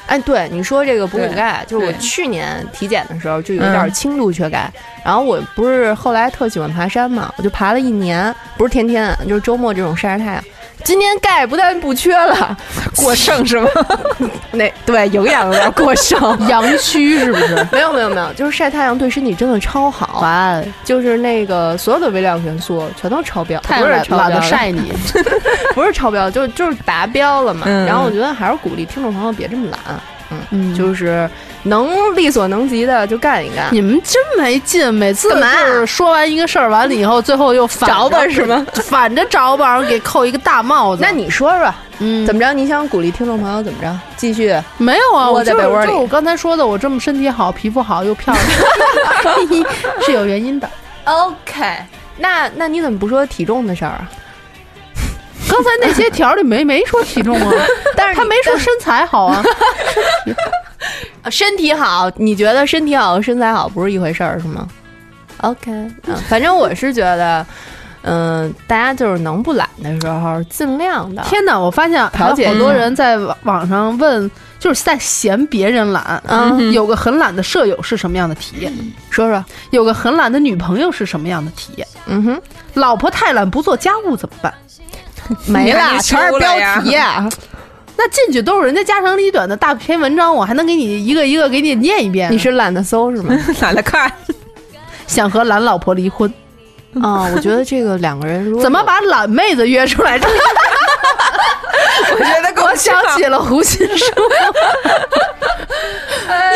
哎，对你说这个补
对
骨钙，就是我
对
去年体检的时候就有
嗯
点轻度缺钙，然后我不是后来特喜欢爬山嘛，我就爬了一年，不是天天，就是周末这种晒晒太阳。今年钙不但不缺了，
过剩是吗？
<laughs> 那对营养有点过剩， <laughs>
阳虚是不是？
没有没有没有，就是晒太阳对身体真的超好，啊
哇，
就是那个所有的微量元素全都超标，
太
不是
懒
超标
懒得
了
晒你，
不是超标，就就是达标了嘛。
嗯
然后我觉得还是鼓励听众朋友别这么懒，
嗯就
就是能力所能及的就干一干。
你们真没劲，每次
干嘛
就是说完一个事儿完了以后，最后又反
着吧嗯是吗？
反着着吧，然后给扣一个大帽子。
那你说说
嗯
怎么着？你想鼓励听众朋友怎么着？继续？
没有啊？
窝
我
在
就是
被窝
就
里
我刚才说的，我这么身体好，皮肤好又
<laughs>
漂亮，是有原因的。
OK，那那你怎么不说体重的事儿啊？
刚才那些条儿里没没说体重啊，
<laughs> 但是
他没说身材好啊。
呃身体好，你觉得身体好和身材好不是一回事儿是吗？OK，嗯，反正我是觉得，嗯、大家就是能不懒的时候尽量的。
天哪，我发现还
调节嗯一
有
下
好多人在网网上问，就是在嫌别人懒。
嗯，
有个很懒的舍友是什么样的体验？
说说，
有个很懒的女朋友是什么样的体验？
嗯哼，
老婆太懒不做家务怎么办？
<laughs> 没
你还
了，
没
全是
说了
标
呀
题啊。
那进去都是人家家长里短的大篇文章，我还能给你一个一个给你念一遍。
你是懒得搜 <laughs> 是吗？
懒得看， <laughs>
想和懒老婆离婚，
啊、我觉得这个两个人如果
怎么把懒妹子约出来？这个
我觉得够
我想起了胡心树， <laughs>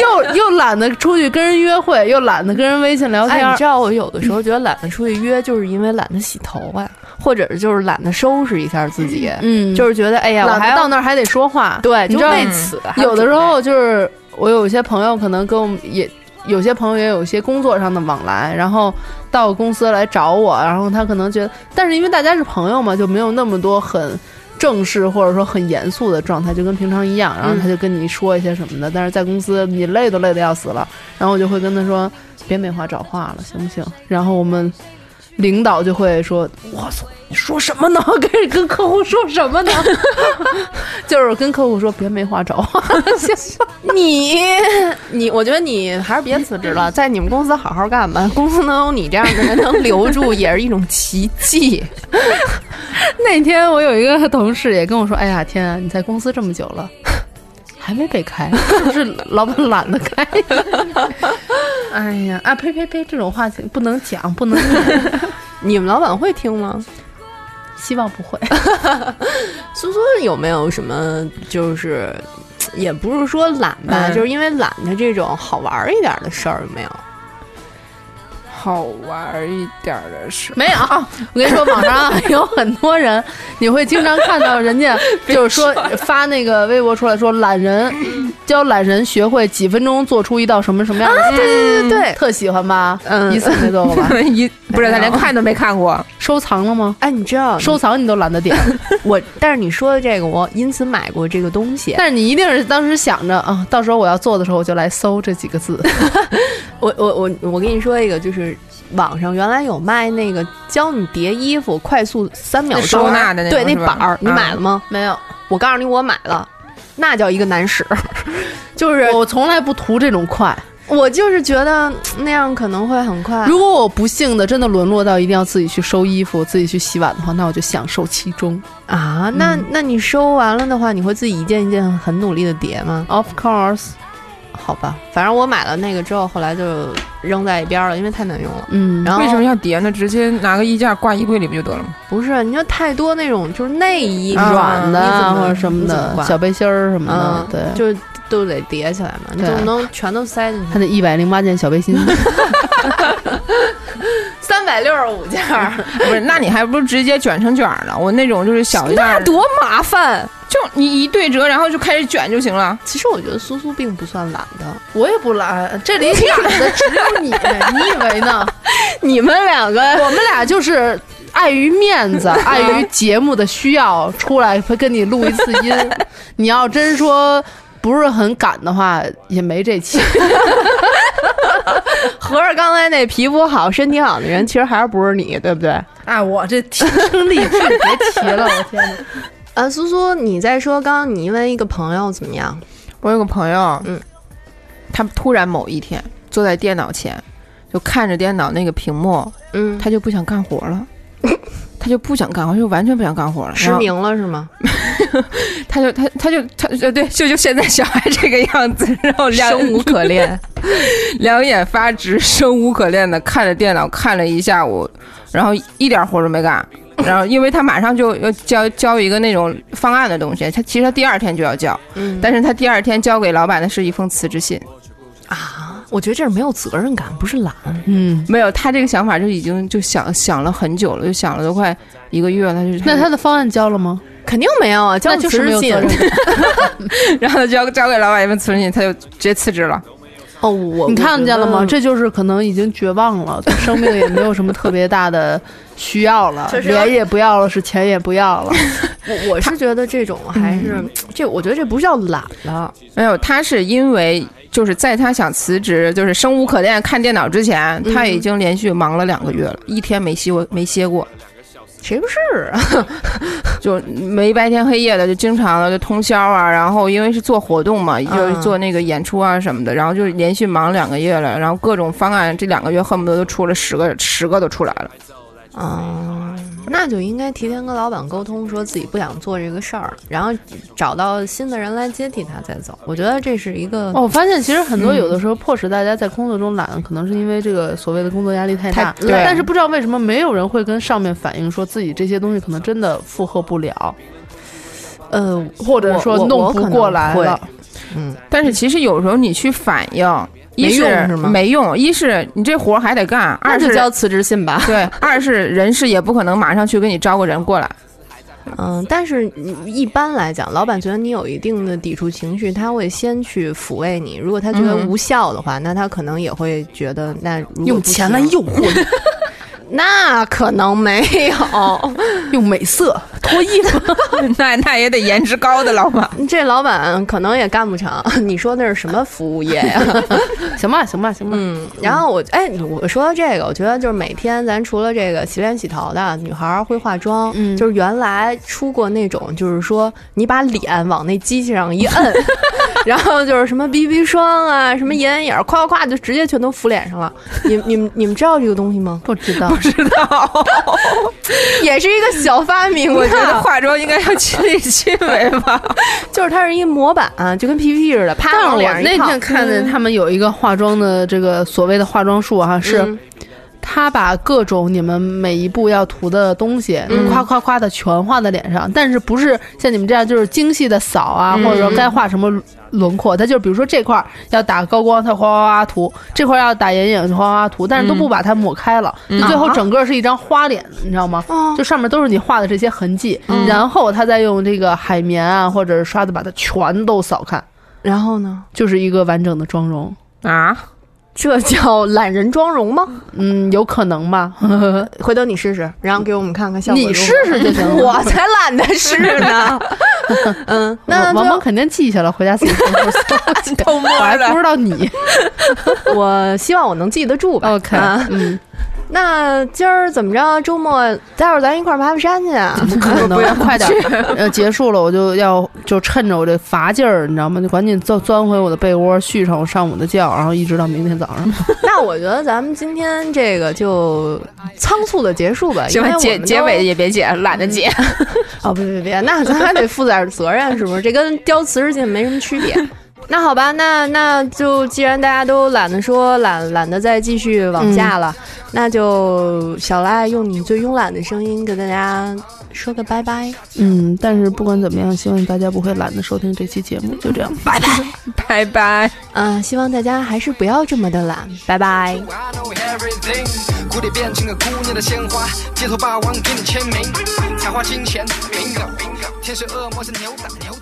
又又懒得出去跟人约会，又懒得跟人微信聊天
哎，你
儿。
知道我有的时候觉得懒得出去约，就是因为懒得洗头啊，或者就是懒得收拾一下自己，
嗯
就是觉得哎呀，我
懒
还
得到
要
那儿还得说话。
对，
你
就
知道
为此还要
有的
准
时
备
候就是我有一些朋友可能跟我们也有些朋友也有一些工作上的往来，然后到我公司来找我，然后他可能觉得，但是因为大家是朋友嘛，就没有那么多很正式或者说很严肃的状态，就跟平常一样。然后他就跟你说一些什么的，但是在公司你累都累得要死了，然后我就会跟他说别美化找话了，行不行？然后我们。领导就会说：“我操，你说什么呢？ <laughs> 跟跟客户说什么呢？ <laughs> 就是跟客户说别没话找话。”
<laughs> 你你，我觉得你还是别辞职了，在你们公司好好干吧。公司能有你这样的人能留住，也是一种奇迹。
那天我有一个同事也跟我说：“哎呀天啊，你在公司这么久了， <laughs> 还没被开，是不是老板懒得 <laughs> 开？”哎呀啊呸呸呸！这种话不能讲，不能讲，
你们老板会听吗？
希望不会。
苏苏有没有什么就是，也不是说懒吧，
嗯
就是因为懒的这种好玩一点的事儿有没有？
好玩一点儿的事，
<laughs> 没有，我跟你说，网上啊有很多人，你会经常看到人 <laughs> 家就是说发那个微博出来说懒 <laughs> 人教懒人学会几分钟做出一道什么什么样的菜，对对对啊对，特喜欢吧？
嗯
一次没做过吧？
一不是他连看都没看过，
收藏了 <laughs> 吗？
哎，你知道
收藏你都懒得点。
我，但是你说的这个，我因此买过这个东 <laughs> 西。
但是你一定是当时想着啊，到时候我要做的时候，我就来搜这几个字。
我我我我跟你说一个，就是网上原来有卖那个教你叠衣服快速三秒钟啊
收纳的那种
对那
是吧
板儿，你
啊
买了吗？
没有，
我告诉你，我买了，那叫一个难使， <laughs> <laughs> 就是
我从来不图这种快。
我就是觉得嗯那样可能会很快。
如果我不幸的真的沦落到一定要自己去收衣服、自己去洗碗的话，那我就享受其中。
啊，那
嗯
那你收完了的话，你会自己一件一件很努力的叠吗？
Of course，
好吧，反正我买了那个之后，后来就扔在一边儿了，因为太难用了。
嗯，
然后
为什么要叠呢？直接拿个衣架挂衣柜里不就得
<laughs>
了吗？
不是，你说太多那种就是内衣
啊
软的
你怎
啊
么
或者什么
你怎么
的
挂
小背心儿什么
嗯，
的，对，
就都得叠起来嘛，你
对
总不能全都塞进
他
去。
那一百零八件小背心，
三百六十五件， <laughs>
不是，那你还不如直接卷成卷儿呢？我那种就是小件
那
儿，
多麻烦。
就你一对折，然后就开始卷就行了。
其实我觉得苏苏并不算懒的，
我也不懒，这里懒的只有你，你以为呢？
<laughs> 你们两个嗯
我们俩就是碍于面子，碍于节目的需要，出来跟你录一次音。你要真说不是很赶的话，也没这期。
合着刚才那皮肤好、身体好的 <laughs> 人，其实还是不是你，对不对？
哎，我这提升励
<laughs>
志，别提了，我天哪！
呃啊，苏苏，你在说刚刚你因为一个朋友怎么样？
我有个朋友，
嗯，
他突然某一天坐在电脑前，就看着电脑那个屏幕，
嗯，
他就不想干活
<laughs>
了，他就不想干活，就完全不想干活了，
失，明了是吗？
他就他他就他呃对，就就现在小孩这个样子，然后两
生无可 <laughs> 恋，
<laughs> 两眼发直，生无可恋的看着电脑看了一下午，然后一点活都没干。然后，因为他马上就要交交一个那种方案的东西，他其实他第二天就要交，
嗯
但是他第二天交给老板的是一封辞职信。
我觉得这是没有责任感，不是懒。
嗯，
<laughs> 没有，他这个想法就已经就想想了很久了，就想了都快一个月了。他就 <laughs>
那他的方案交了吗？
肯定没有啊，交
那
了
就
辞
是没
职
有
信
责任感。
然后他交交给老板一份辞职信，他就直接辞职了。
<laughs> 哦，我
你看见了吗？
我觉得
这就是可能已经绝望了，对生命也没有什么特别大的需要了，脸也不要了，是钱也不
<laughs>
要了。
我我是觉得这种还
嗯
是这，我觉得这不是叫懒了，
没有，他是因为就是在他想辞职，就是生无可恋看电脑之前，他已经连续忙了两个月了，一天没歇过，没歇过，
谁不是
<laughs>
啊？
就没白天黑夜的，就经常的就通宵啊。然后因为是做活动嘛，就是做那个演出啊什么的，然后就是连续忙两个月了，然后各种方案这两个月恨不得都出了十个，十个都出来了。
啊、那就应该提前跟老板沟通，说自己不想做这个事儿，然后找到新的人来接替他再走。我觉得这是一个
哦，我发现其实很多
嗯
有的时候迫使大家在工作中懒，可能是因为这个所谓的工作压力太大。
太
对
但是不知道为什么没有人会跟上面反映说自己这些东西可能真的负荷不了，
呃，
或者
我
说
我
弄
我
不
可能
过来
会
了。
但是其实有时候你去反应，一
没用是吗
没用，一是你这活儿还得干，
那
二
就是叫辞职信吧。
对，二是人事也不可能马上去给你招个人过来。
嗯，但是你一般来讲，老板觉得你有一定的抵触情绪，他会先去抚慰你。如果他觉得
嗯
无效的话，那他可能也会觉得那如果不行，
惑你，
<laughs> 那可能没有。
用美色脱衣服。
<laughs> 那那也得颜值高的老 <laughs> 板。
这老板可能也干不长。 <laughs> 你说那是什么服务业啊呀、
行吧，行吧，行吧。
嗯，然后我哎，我说到这个，我觉得就是每天咱除了这个洗脸洗头的，女孩儿会化妆，
嗯
就是原来出过那种，就是说你把脸往那机器上一
<laughs>
摁，然后就是什么 BB 霜啊，什么眼影儿，夸夸夸就直接全都敷脸上
<laughs>
了。你你们你们知道这个东西吗？
不知道，
也是一个小发明，
<laughs>
我觉得化妆应该要亲 <laughs> 力亲为吧。
就是它是一模板、就跟 PPT 似的，
但
啪
是
往
我
脸上一嗯
那
套
天看见他们有一个化妆的这个所谓的化妆术哈、是、
嗯
他把各种你们每一步要涂的东西，
嗯
夸夸夸的全画在脸上，但是不是像你们这样就是精细的扫啊，
嗯
或者说该画什么轮廓，他就是比如说这块儿要打高光，他哗哗哗涂；这块儿要打眼影，就哗哗哗涂，但是都不把它抹开了，
嗯
就最后整个是一张花脸，你知道吗？就上面都是你画的这些痕迹，
嗯
然后他再用这个海绵啊或者是刷子把它全都扫开，
然后呢，
就是一个完整的妆容。
<laughs> 啊， <laughs>
这叫懒人妆容吗？
嗯，有可能吧。
回头你试试，然后给我们看看效果如何。
你试试就行了。
<laughs> 我才懒得试呢。嗯，那
王王
就
蒙肯定记下了，回家自己
<laughs>
偷偷搜
偷摸
我还不知道你。
我希望我能记得住吧。
OK，
啊 <laughs>
嗯，
那今儿怎么着？周末待会儿咱一块儿爬爬山去啊？
不可能，快
<laughs>
点儿，呃，结束了，我就要就趁着我这乏劲儿，你知道吗？就赶紧钻钻回我的被窝，续上我上午的觉，然后一直到明天早上。
那我觉得咱们今天这个就仓促的结束吧。
行
因
吧
为，我
结
们都
结尾也别结，懒得结。 <laughs>
哦，别别别，那咱还得负点责任，是不是？这跟交辞职信没什么区别。那好吧，那那就既然大家都懒得说，懒懒得再继续往下了，那就小赖用你最慵懒的声音跟大家说个拜拜。
嗯，但是不管怎么样，希望大家不会懒得收听这期节目，就这样。
拜拜。
嗯、希望大家还是不要这么的懒，拜拜。
I know everything，古典变成了姑娘的鲜花，街头霸王给你签名，才华金钱，bingo，天使恶魔是扭打扭打。